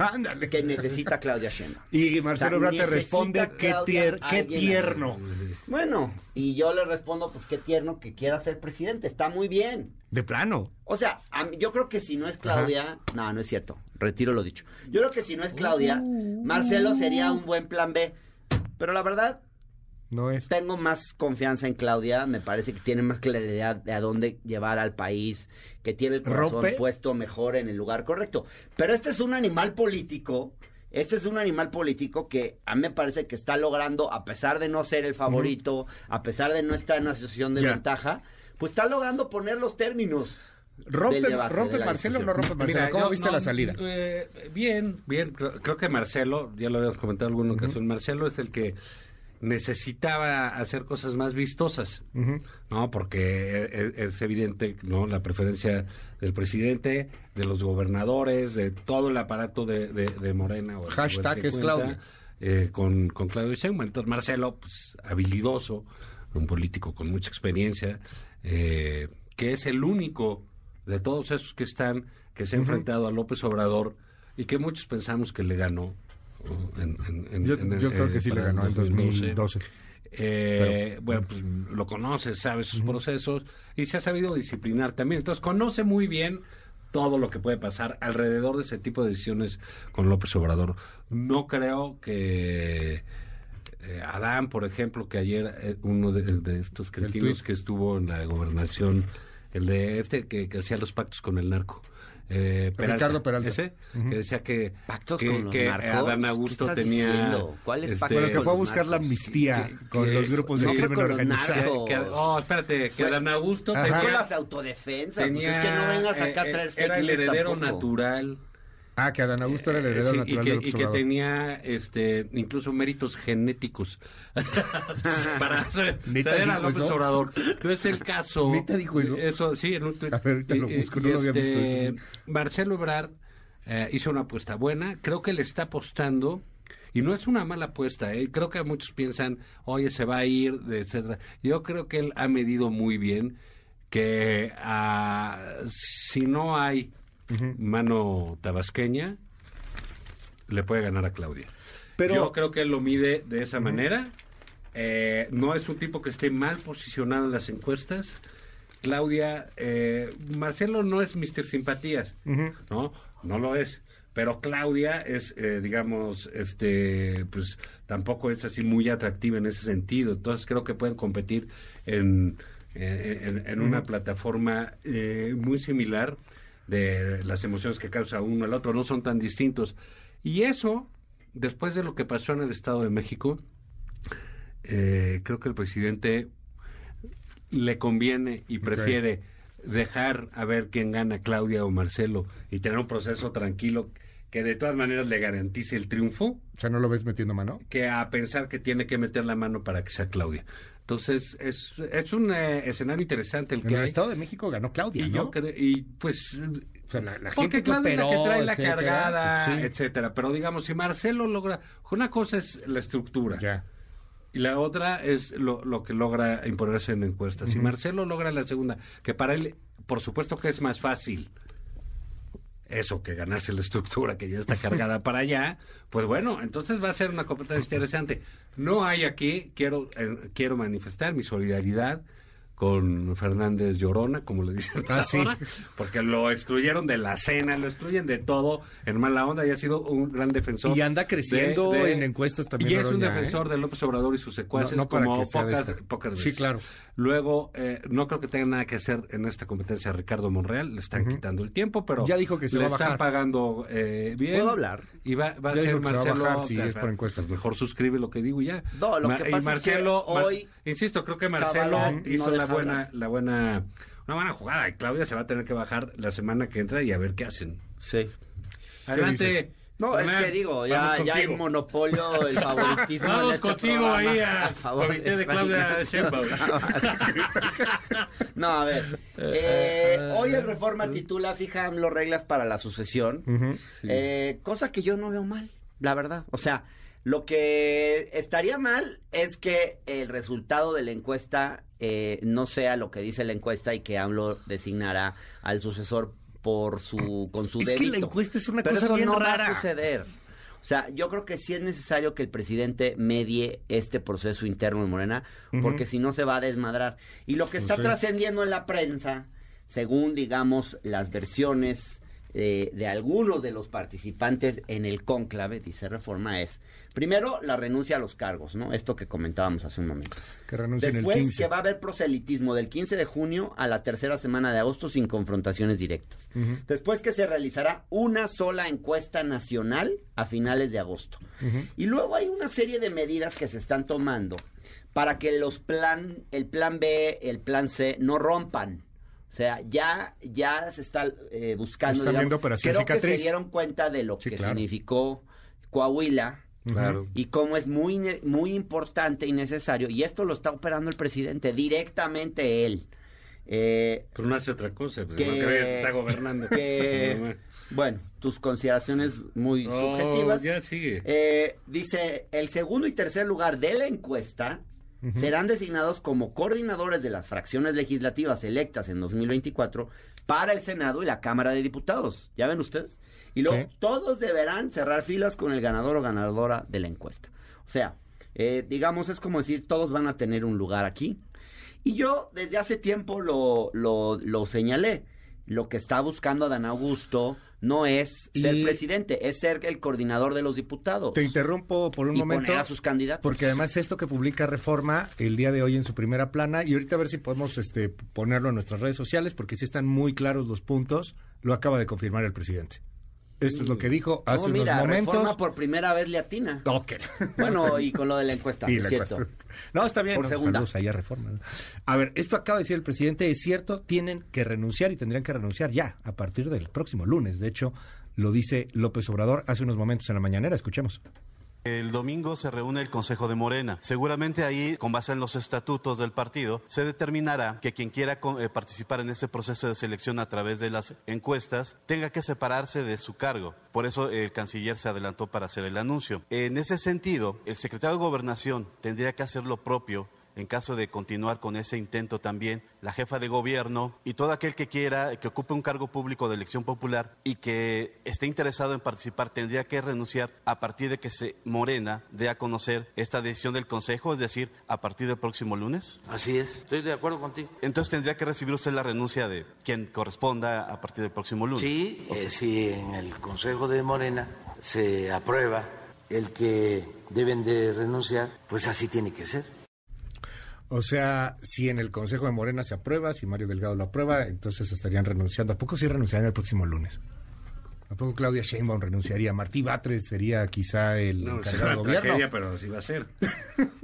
B: Ándale.
D: que necesita Claudia Sheinbaum.
B: Y
D: O sea,
B: Marcelo Ebrard te
D: necesita
B: responde, qué,
D: Claudia
B: tier- qué
D: alguien así".
B: tierno.
C: Pues,
D: Bueno, y yo le respondo, pues qué tierno que quiera ser presidente, está muy bien.
B: De plano.
D: O sea, a mí- yo creo que si no es Claudia, no, no es cierto, retiro lo dicho. Yo creo que si no es Claudia, Marcelo sería un buen plan B. Pero la verdad,
B: No es.
D: tengo más confianza en Claudia, me parece que tiene más claridad de a dónde llevar al país, que tiene el corazón
B: Rompe.
D: puesto mejor en el lugar correcto. Pero este es un animal político, este es un animal político que a mí me parece que está logrando, a pesar de no ser el favorito, a pesar de no estar en una situación de
B: Ya.
D: ventaja, pues está logrando poner los términos.
B: ¿Rompe,
D: del debate,
B: rompe
D: de la
B: Marcelo o no
D: discusión.
B: rompe Marcelo?
C: Mira,
B: ¿Cómo
C: yo
B: viste
C: no-
B: la salida?
C: eh, bien, bien. Creo, creo que Marcelo, ya lo habíamos comentado en alguna ocasión, Marcelo es el que necesitaba hacer cosas más vistosas,
B: Ujú.
C: ¿no? Porque es, es evidente, ¿no? La preferencia del presidente, de los gobernadores, de todo el aparato de, de- de Morena. o el
B: Hashtag
C: que
B: es
C: cuenta,
B: Claudia.
C: eh, con, con Claudio Sheinbaum. Entonces, Marcelo, pues, habilidoso, un político con mucha experiencia, eh, que es el único de todos esos que están, que se ha enfrentado a López Obrador y que muchos pensamos que le ganó. ¿no? En- en- en-
E: Yo,
C: en el-
E: yo creo
C: eh,
E: que sí le
C: para
E: ganó en 2012.
C: Eh, bueno, pues lo conoce, sabe sus procesos y se ha sabido disciplinar también. Entonces, conoce muy bien todo lo que puede pasar alrededor de ese tipo de decisiones con López Obrador. No creo que eh, Adán, por ejemplo, que ayer eh, uno de, de estos cretinos
B: tuit.
C: que estuvo en la gobernación, el de este que, que hacía los pactos con el narco. eh,
B: Ricardo Peralta.
C: ese, que decía que,
D: Pactos
C: que,
D: con los
C: que
D: narcos.
C: Adán
D: ¿Qué
C: Augusto
D: estás
C: tenía...
D: diciendo? ¿Cuáles
C: este,
D: pactos
E: Bueno, que
D: con
E: fue a
D: los
E: buscar la
D: narcos.
E: amnistía
C: Que-
E: con
C: que-
E: los grupos de
C: no fue
E: crimen
D: con los
E: organizado.
D: narcos.
C: que- que- oh, espérate, que
D: Fue-
C: Adán Augusto
D: Fue
C: tenía-
D: con las autodefensas. pues
C: tenía,
D: es que no vengas acá
C: eh,
D: a traer fake
C: Era el
D: news
C: heredero
D: tampoco.
C: natural.
B: Ah, que Adán Augusto era el
C: eh,
B: heredero
C: sí, y
B: natural
C: que-
B: del
C: y que, tenía este incluso méritos genéticos para ser
B: ¿Neta
C: ser a
B: dijo
C: López
B: eso?
C: Obrador. No es el caso.
B: ¿Neta dijo eso?
C: sí, en un tuit.
E: A ver, ahorita lo
C: Y- y-
E: busco,
C: y
E: no lo había
C: este,
E: visto, eso sí.
C: Marcelo Ebrard eh, hizo una apuesta buena. Creo que le está apostando. Y no es una mala apuesta, ¿eh? creo que muchos piensan, oye, se va a ir, etcétera. Yo creo que él ha medido muy bien que ah, si no hay mano tabasqueña, le puede ganar a Claudia.
E: Pero-
C: Yo creo que él lo mide de esa manera. Eh, no es un tipo que esté mal posicionado en las encuestas. Claudia, eh, Marcelo no es Mr. Simpatías, ¿no? No lo es. Pero Claudia es, eh, digamos, este, pues tampoco es así muy atractiva en ese sentido. Entonces creo que pueden competir en, en- en- en una plataforma eh, muy similar de las emociones que causa uno al otro, no son tan distintos. Y eso, después de lo que pasó en el Estado de México, eh, creo que el presidente le conviene y prefiere dejar a ver quién gana, Claudia o Marcelo, y tener un proceso tranquilo que de todas maneras le garantice el triunfo,
B: O sea, no lo ves metiendo mano.
C: que a pensar que tiene que meter la mano para que sea Claudia. Entonces, es, es un eh, escenario interesante el
B: En
C: que
B: el
C: hay.
B: Estado de México ganó Claudia,
C: Y
B: ¿no?
C: yo creo, y pues
B: O sea, la, la
C: porque
B: gente que
C: claro es la
B: operó,
C: que trae la
B: etcétera,
C: cargada,
B: pues sí.
C: etcétera. Pero digamos, si Marcelo logra, una cosa es la estructura
B: Ya.
C: y la otra es lo, lo que logra imponerse en encuestas. Si Marcelo logra la segunda, que para él, por supuesto que es más fácil eso que ganarse la estructura que ya está cargada para allá, pues bueno, entonces va a ser una competencia interesante. No hay aquí, quiero, eh, quiero manifestar mi solidaridad con Fernández Llorona, como le dicen
B: Ah, sí.
C: ahora, porque lo excluyeron de la cena, lo excluyen de todo, en mala onda, y ha sido un gran defensor.
E: Y anda creciendo en encuestas también,
C: Y es un
E: Noroña, ¿eh?
C: defensor de López Obrador y sus secuaces
E: No, no para
C: como
E: que sea de
C: pocas,
E: esta.
C: pocas veces.
B: Sí, claro.
C: Luego, eh, no creo que tenga nada que hacer en esta competencia Ricardo Monreal, le están quitando el tiempo, pero
B: Ya dijo que se
C: le
B: va a
C: están
B: bajar.
C: pagando eh, bien.
D: ¿Puedo hablar?
C: Y va, va a
B: Ya
C: ser
B: dijo que se va a
C: Marcelo.
B: bajar si
C: Car-
B: es por encuestas.
C: Mejor suscribe lo que digo y ya.
D: No, lo que
C: y
D: pasa es que
C: Mar-
D: hoy
C: insisto, creo que Marcelo
D: Chabalán no
C: hizo la
D: deja
C: buena,
D: hablar.
C: la buena, una buena jugada. Y Claudia se va a tener que bajar la semana que entra y a ver qué hacen.
D: Sí.
E: dices?
C: Adelante.
D: No, es
C: Román,
D: que digo,
C: vamos
D: ya, ya el
C: contigo.
D: monopolio, el favoritismo. en
C: Vamos
D: este
C: contigo
D: programa,
C: ahí al
D: a favor
C: comité de Claudia Sheinbaum.
D: No, a ver. eh, hoy el Reforma titula Fija AMLO reglas para la sucesión. Eh, cosa que yo no veo mal, la verdad. O sea, lo que estaría mal es que el resultado de la encuesta eh, no sea lo que dice la encuesta y que AMLO designará al sucesor por su con su
E: Es que la
D: dedito.
E: encuesta es una
D: Pero
E: cosa
D: eso
E: bien
D: no va
E: rara.
D: a suceder. O sea, yo creo que sí es necesario que el presidente medie este proceso interno en Morena, porque si no se va a desmadrar. Y lo que está trascendiendo en la prensa, según digamos las versiones eh, de algunos de los participantes en el cónclave, dice Reforma, es primero la renuncia a los cargos, ¿no? Esto que comentábamos hace un momento.
B: Que renuncien el
D: Después
B: 15.
D: que va a haber proselitismo del 15 de junio a la tercera semana de agosto sin confrontaciones directas. Después que se realizará una sola encuesta nacional a finales de agosto. Y luego hay una serie de medidas que se están tomando para que los plan, el plan B, el plan C no rompan. O sea, ya, ya se está eh, buscando.
E: Están viendo operación
D: creo que
E: cicatriz.
D: se dieron cuenta de lo
E: Sí,
D: que
E: claro.
D: significó Coahuila
C: Claro.
D: y cómo es muy, ne- muy importante y necesario, y esto lo está operando el presidente, directamente él. Eh,
C: Pero no hace otra cosa, pues,
D: Que-
C: no creo que está gobernando.
D: que, bueno, tus consideraciones muy
C: No,
D: subjetivas.
C: Oh, ya sigue.
D: Eh, dice, el segundo y tercer lugar de la encuesta serán designados como coordinadores de las fracciones legislativas electas en 2024 para el Senado y la Cámara de Diputados. ¿Ya ven ustedes? Y luego
F: Sí.
D: todos deberán cerrar filas con el ganador o ganadora de la encuesta. O sea, eh, digamos, es como decir, todos van a tener un lugar aquí. Y yo desde hace tiempo lo, lo, lo señalé. Lo que está buscando Adán Augusto no es ser
B: Y-
D: presidente, es ser el coordinador de los diputados.
B: Te interrumpo por un
D: y
B: momento.
D: poner a sus candidatos.
B: Porque además esto que publica Reforma el día de hoy en su primera plana, y ahorita a ver si podemos este, ponerlo en nuestras redes sociales, porque sí están muy claros los puntos, lo acaba de confirmar el presidente. Esto es lo que dijo
D: No,
B: hace
D: mira,
B: unos momentos.
D: Reforma por primera vez le atina.
B: Ok.
D: Bueno, y con lo de la encuesta,
B: Y
D: es
B: la
D: cierto.
B: encuesta. No, está bien.
D: Por
B: no,
D: segunda.
B: saludos ahí a Reforma. ¿no? A ver, esto acaba de decir el presidente, es cierto, tienen que renunciar y tendrían que renunciar ya, a partir del próximo lunes. De hecho, lo dice López Obrador hace unos momentos en la mañanera. Escuchemos.
G: El domingo se reúne el Consejo de Morena. Seguramente ahí, con base en los estatutos del partido, se determinará que quien quiera co- eh, participar en este proceso de selección a través de las encuestas tenga que separarse de su cargo. Por eso el canciller se adelantó para hacer el anuncio. En ese sentido, el secretario de Gobernación tendría que hacer lo propio en caso de continuar con ese intento también, la jefa de gobierno y todo aquel que quiera, que ocupe un cargo público de elección popular y que esté interesado en participar, tendría que renunciar a partir de que se Morena dé a conocer esta decisión del Consejo, es decir, a partir del próximo lunes.
H: Así es, estoy de acuerdo contigo.
G: Entonces tendría que recibir usted la renuncia de quien corresponda a partir del próximo lunes.
H: Sí, eh, si en el Consejo de Morena se aprueba el que deben de renunciar, pues así tiene que ser.
B: O sea, si en el Consejo de Morena se aprueba, si Mario Delgado lo aprueba, entonces estarían renunciando. ¿A poco sí renunciarían el próximo lunes? ¿A poco Claudia Sheinbaum renunciaría? ¿Martí Batres sería quizá el
C: No, es
B: encargado
C: una
B: del gobierno?
C: tragedia, pero sí va a ser.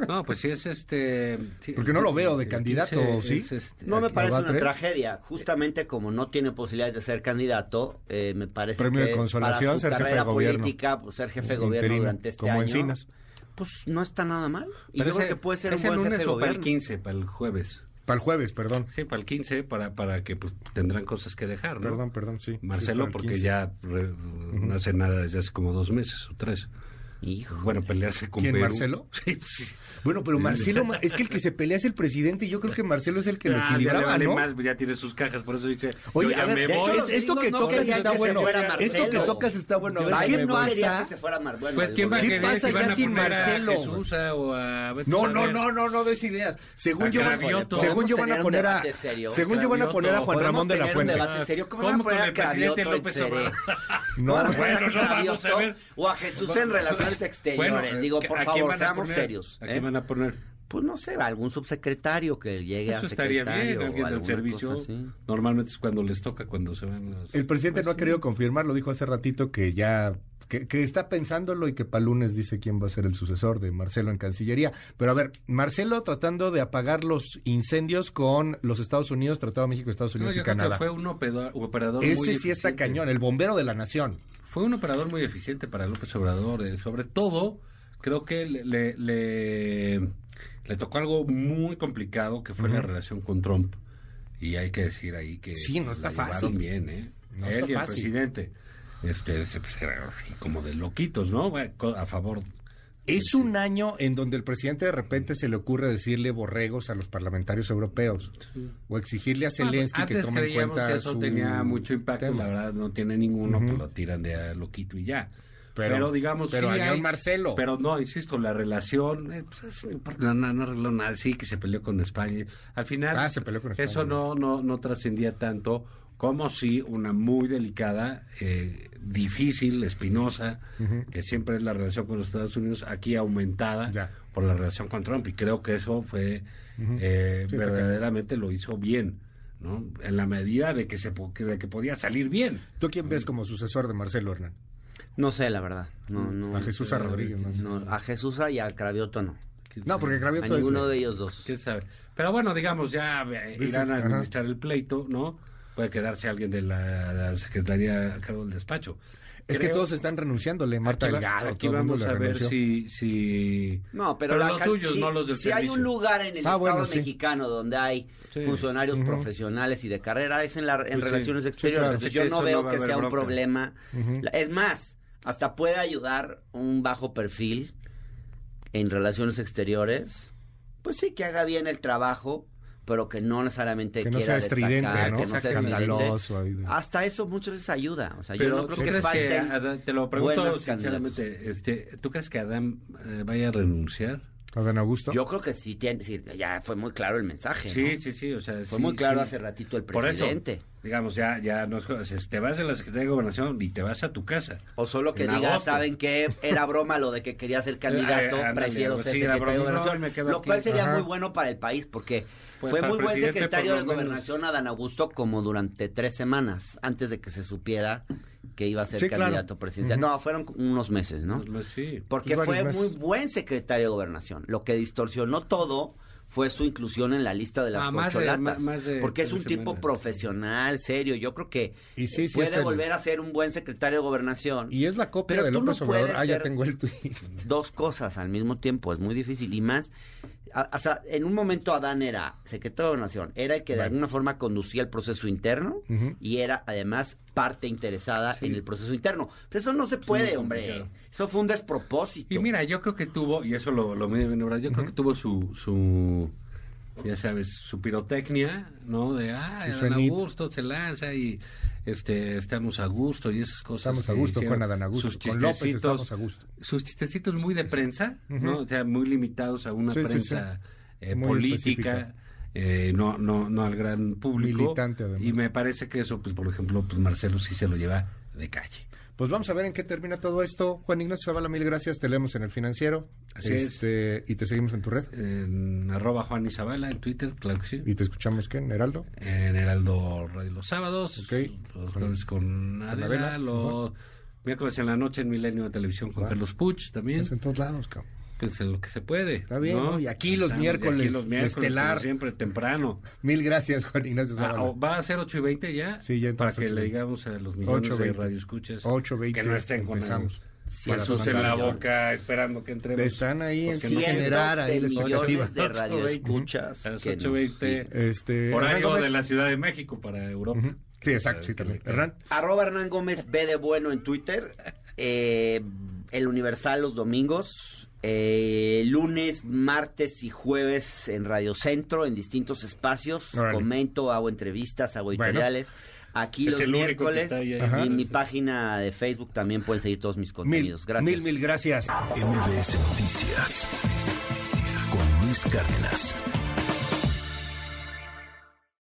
C: No, pues sí es este... sí,
B: Porque no lo veo de
C: el
B: candidato,
C: 15
B: ¿sí?
C: es este-
D: No me
B: Aquí
D: parece
B: va
D: una
B: tres.
D: tragedia. Justamente como no tiene posibilidades de ser candidato, eh, me parece
B: Premio
D: que
B: de consolación,
D: para su
B: ser jefe de
D: carrera
B: gobierno.
D: política, pues, ser jefe de gobierno
B: Interino,
D: durante este
B: como
D: año,
B: Encinas.
D: pues no está nada mal. Y
C: Pero
D: yo creo
C: ese-
D: que puede ser un
C: ese
D: buen jefe
C: lunes
D: de
C: o para el
D: gobierno.
C: 15, para el jueves.
B: Para el jueves, perdón.
C: Sí, para el 15, para, para que pues, tendrán cosas que dejar, ¿no?
B: Perdón, perdón, sí. Sí, para
C: Marcelo,
B: el
C: porque
B: 15.
C: ya re- no hace nada desde hace como dos meses o tres.
D: Hijo.
C: Bueno, pelearse con
B: ¿Quién,
C: Perú.
B: Marcelo?
C: Sí, pues, sí.
B: Bueno, pero Marcelo, ma- es que el que se pelea es el presidente y yo creo que Marcelo es el que lo
C: Ah, ya le
B: equilibraba,
C: vale
B: ¿no?
C: más, ya tiene sus cajas, por eso dice.
B: Oye,
C: yo ya
B: a ver,
C: me
B: de
C: voy.
B: hecho,
D: los
B: es- esto que
D: gringos
B: tocas
D: querían
B: está
D: que se
B: bueno.
D: fuera
B: Esto que
D: Marcelo.
B: tocas está bueno. A ver,
D: Ay,
B: ¿qué
D: me
B: pasa?
D: gustaría que se fuera Mar- bueno,
C: Pues,
D: el
C: ¿quién va a
B: ¿Qué
D: gobierno.
C: querer
B: pasa
C: si van
B: ya
C: a
B: sin
C: poner a
B: Marcelo?
C: Jesús a- o a Beto
B: No, no,
C: Saber?
B: no, no, no des ideas. Según
C: A
B: yo, van-
C: Cravioto.
B: según yo van a
D: Ah, Podemos
B: poner a,
D: tener un debate serio.
B: según yo van a poner a Juan
D: Podemos
B: Ramón de la
D: tener un
B: Fuente.
D: debate serio. ¿Cómo,
C: ¿Cómo
D: van a poner
C: con
D: a
C: el presidente
D: Cravioto en
C: López
D: serio?
C: Obrador?
B: No,
D: Van a poner
C: bueno, no
D: a
C: vamos a
D: Cravioto
C: ver.
D: O a Jesús en relaciones exteriores.
C: Bueno,
D: Digo,
C: ¿a
D: por
C: quién
D: favor,
C: van a
D: seamos
C: poner?
D: serios.
C: ¿A
D: ¿eh?
C: quién van a poner?
D: Pues no sé, algún subsecretario que llegue
C: Eso
D: a
C: estaría
D: secretario
C: bien, alguien
D: o
C: del
D: alguna
C: servicio.
D: cosa así.
C: Normalmente es cuando les toca, cuando se van los...
B: El presidente
D: Pues
B: no ha querido confirmar, lo dijo hace ratito que ya que, que está pensándolo y que para lunes dice quién va a ser el sucesor de Marcelo en Cancillería. Pero a ver, Marcelo tratando de apagar los incendios con los Estados Unidos, Tratado de México, Estados
C: No,
B: Unidos
C: yo
B: y
C: creo que
B: Canadá.
C: fue un operador, operador muy
B: Ese sí está
C: eficiente.
B: cañón, el bombero de la nación.
C: Fue un operador muy eficiente para López Obrador. eh, sobre todo, creo que le, le, le- le tocó algo muy complicado que fue la relación con Trump. Y hay que decir ahí que
B: Sí, no está
C: la llevaron
B: fácil.
C: bien, ¿eh?
B: No
C: Él
B: está
C: y el
B: fácil.
C: presidente. Este, ese, pues, era así como de loquitos, ¿no? Bueno, co- A favor.
B: Es un año en donde el presidente de repente se le ocurre decirle borregos a los parlamentarios europeos o exigirle a Zelensky
C: Ah, pues Antes
B: que tome en
C: creíamos
B: cuenta
C: que eso
B: su
C: tenía mucho impacto,
B: tema.
C: la verdad no tiene ninguno, pues lo tiran de a loquito y ya.
B: Pero-
C: Pero, digamos,
B: pero
C: sí
B: adiós,
C: hay-
B: Marcelo.
C: Pero no, insisto, la relación, eh, pues, es- no, importa, no- no arregló nada, sí que se peleó con España. Al final,
B: Ah, se peleó con España.
C: eso no, no, no trascendía tanto como si una muy delicada, eh, difícil, espinosa, que siempre es la relación con los Estados Unidos, aquí aumentada
B: Ya.
C: por la relación con Trump. Y creo que eso fue eh,
B: Sí, está
C: verdaderamente lo hizo bien, ¿no? En la medida de que se po- que- de que podía salir bien.
B: ¿Tú quién
C: Mm.
B: ves como sucesor de Marcelo Hernán?
D: No sé, la verdad. No, no,
B: Mm, A Jesús A. Rodríguez. ¿no?
D: no, a Jesús y a Cravioto no.
B: No, porque
D: A
B: Cravioto es...
D: ninguno de ellos dos.
C: ¿Quién sabe? Pero bueno, digamos, ya eh,
B: Dice,
C: irán a
B: ajá.
C: administrar el pleito, ¿no? Puede quedarse alguien de la, la secretaría a cargo del despacho.
B: Es que
C: Creo-
B: todos están renunciándole, Marta
C: aquí va-
B: Delgado.
C: Aquí
B: todo el mundo
C: vamos
B: le
C: a ver
B: renunció.
C: si, si...
D: No, pero, la
C: los
D: ca-
C: suyos,
D: si,
C: no los del
D: si hay un
C: servicio.
D: lugar en el
B: Ah,
D: Estado
B: bueno, sí.
D: mexicano donde hay
C: Sí.
D: funcionarios profesionales y de carrera es en, la, en
C: Pues sí.
D: relaciones exteriores.
B: claro.
D: Entonces,
C: Sí,
D: yo
C: que
D: no
C: eso
D: veo
C: no va a
D: que
C: haber
D: sea un
C: bronca.
D: problema. La- Es más, hasta puede ayudar un bajo perfil en relaciones exteriores. Pues sí, que haga bien el trabajo pero que no necesariamente
B: Que no
D: quiera
B: sea estridente,
D: destacar,
B: ¿no?
D: que no sea
B: Escandaloso
D: estridente. Ah,
B: ahí de-
D: Hasta eso muchas veces ayuda. O sea,
C: Pero
D: yo no
C: ¿tú
D: creo que
C: crees
D: falten
C: Adán- te lo pregunto
D: buenos
C: sinceramente, este, ¿tú crees que Adán eh, vaya a renunciar?
B: Adán Augusto.
D: Yo creo que sí, tiene, sí, ya fue muy claro el mensaje.
C: Sí,
D: ¿no?
C: sí, sí, o sea,
D: Fue
C: sí,
D: muy claro
C: sí.
D: hace ratito el
C: Por eso,
D: presidente.
C: digamos, ya, ya no es cosa, es- te vas a la Secretaría de Gobernación y te vas a tu casa.
D: O solo que
C: En
D: diga,
C: agosto.
D: ¿saben qué? Era broma lo de que quería ser candidato,
C: Eh, eh, ándale,
D: prefiero
C: algo
D: ser
C: así, era broma,
D: secretario de
C: no,
D: gobernación.
C: me quedo
D: lo cual
C: aquí.
D: sería
B: Ajá.
D: muy bueno para el país, porque
C: Pues
D: fue
C: para
D: muy
C: el
D: buen
C: presidente,
D: secretario
C: por
D: de
C: lo menos.
D: gobernación Adán Augusto como durante tres semanas, antes de que se supiera que iba a ser
B: Sí, claro.
D: candidato presidencial.
B: Ujú.
D: No, fueron unos meses, ¿no?
C: Pues, pues, sí.
D: Porque
B: Varios
D: fue
B: meses.
D: muy buen secretario de gobernación. Lo que distorsionó todo fue su inclusión en la lista de las
C: Ah, más de-
D: corcholatas.
C: más- más de
D: porque es
C: tres
D: un tipo
C: semanas.
D: profesional, serio. Yo creo que
B: Y sí,
D: eh,
B: sí
D: puede
B: es el-
D: volver a ser un buen secretario de gobernación.
B: Y es la copia
D: Pero
B: de
D: tú
B: López
D: no
B: Obrador.
D: puedes
B: Ah, ya
D: ser-
B: tengo el tuit.
D: Dos cosas al mismo tiempo, es muy difícil. Y más, a- o sea, en un momento Adán era secretario de gobernación, era el que de
B: Vale.
D: alguna forma conducía el proceso interno
B: Ujú.
D: y era además parte interesada en el proceso interno. Pero eso no se puede, hombre.
C: complicado.
D: Eso fue un despropósito.
C: Y mira, yo creo que tuvo, y eso lo, lo mide bien Ebrard, yo creo que tuvo su, su, ya sabes, su pirotecnia, ¿no? De, ah,
B: Su
C: Adán
B: cenit.
C: Augusto se lanza y este estamos a gusto y esas cosas.
B: Estamos a
C: que
B: gusto
C: hicieron.
B: con Adán Augusto.
C: Sus
B: Con López
C: chistecitos,
B: estamos a gusto.
C: Sus chistecitos muy de prensa, ¿no? O sea, muy limitados a una
B: Sí, sí,
C: prensa eh,
B: Muy
C: política.
B: específica.
C: eh, no, no, no al gran público.
B: Militante, además.
C: Y me parece que eso, pues, por ejemplo, pues Marcelo sí se lo lleva de calle.
B: Pues vamos a ver en qué termina todo esto. Juan Ignacio Zavala, mil gracias. Te leemos en el financiero.
C: Así es.
B: Este, Y te seguimos en tu red.
C: En arroba Juan Isabela en Twitter, claro que sí.
B: Y te escuchamos, ¿qué? ¿En Heraldo?
C: en Heraldo Radio los sábados,
B: Ok.
C: los jueves con Adela,
B: Adela,
C: los miércoles en la noche en Milenio de Televisión con
B: Va.
C: Carlos Puch también,
B: Es en todos lados, cabrón.
C: pues en lo que se puede.
B: Está bien, ¿no? Y aquí los miércoles,
C: aquí los miércoles,
B: estelar.
C: como siempre temprano.
B: Mil gracias, Juan Ignacio
C: Ah,
B: Zavala.
C: o va a ser 8 y 20 ya,
B: Pues Sí, ya
C: para
B: entonces,
C: que le
B: 8:20.
C: digamos a los millones de
B: 8:20.
C: radio escuchas
B: 8:20
C: que no estén con
B: empezamos.
C: el-
B: Para
C: el sus en
B: mandar
C: la
B: millones.
C: boca esperando que entremos.
B: Están ahí en
C: Porque no
D: Cientos
B: generar ahí
D: de
B: la expectativa.
D: millones de radioescuchas.
C: A las
D: que no.
C: 8:20
B: Este, Hernán
C: horario
B: Gómez.
C: de la Eh, Ciudad de México para Europa.
B: Sí, exacto, sí, también. Hernán,
D: Arroba Hernán Gómez B de Bueno en Twitter. eh, el Universal los domingos. eh, lunes, martes y jueves en Radio Centro, en distintos espacios.
B: Órale.
D: Comento, hago entrevistas, hago editoriales. Aquí
C: Es
D: los
C: el único que
D: miércoles.
C: está ahí, ahí.
D: Y
C: Ajá.
D: en mi página de Facebook también pueden seguir todos mis
B: mil,
D: contenidos. Gracias.
B: mil, mil gracias.
A: MBS Noticias con Luis Cárdenas.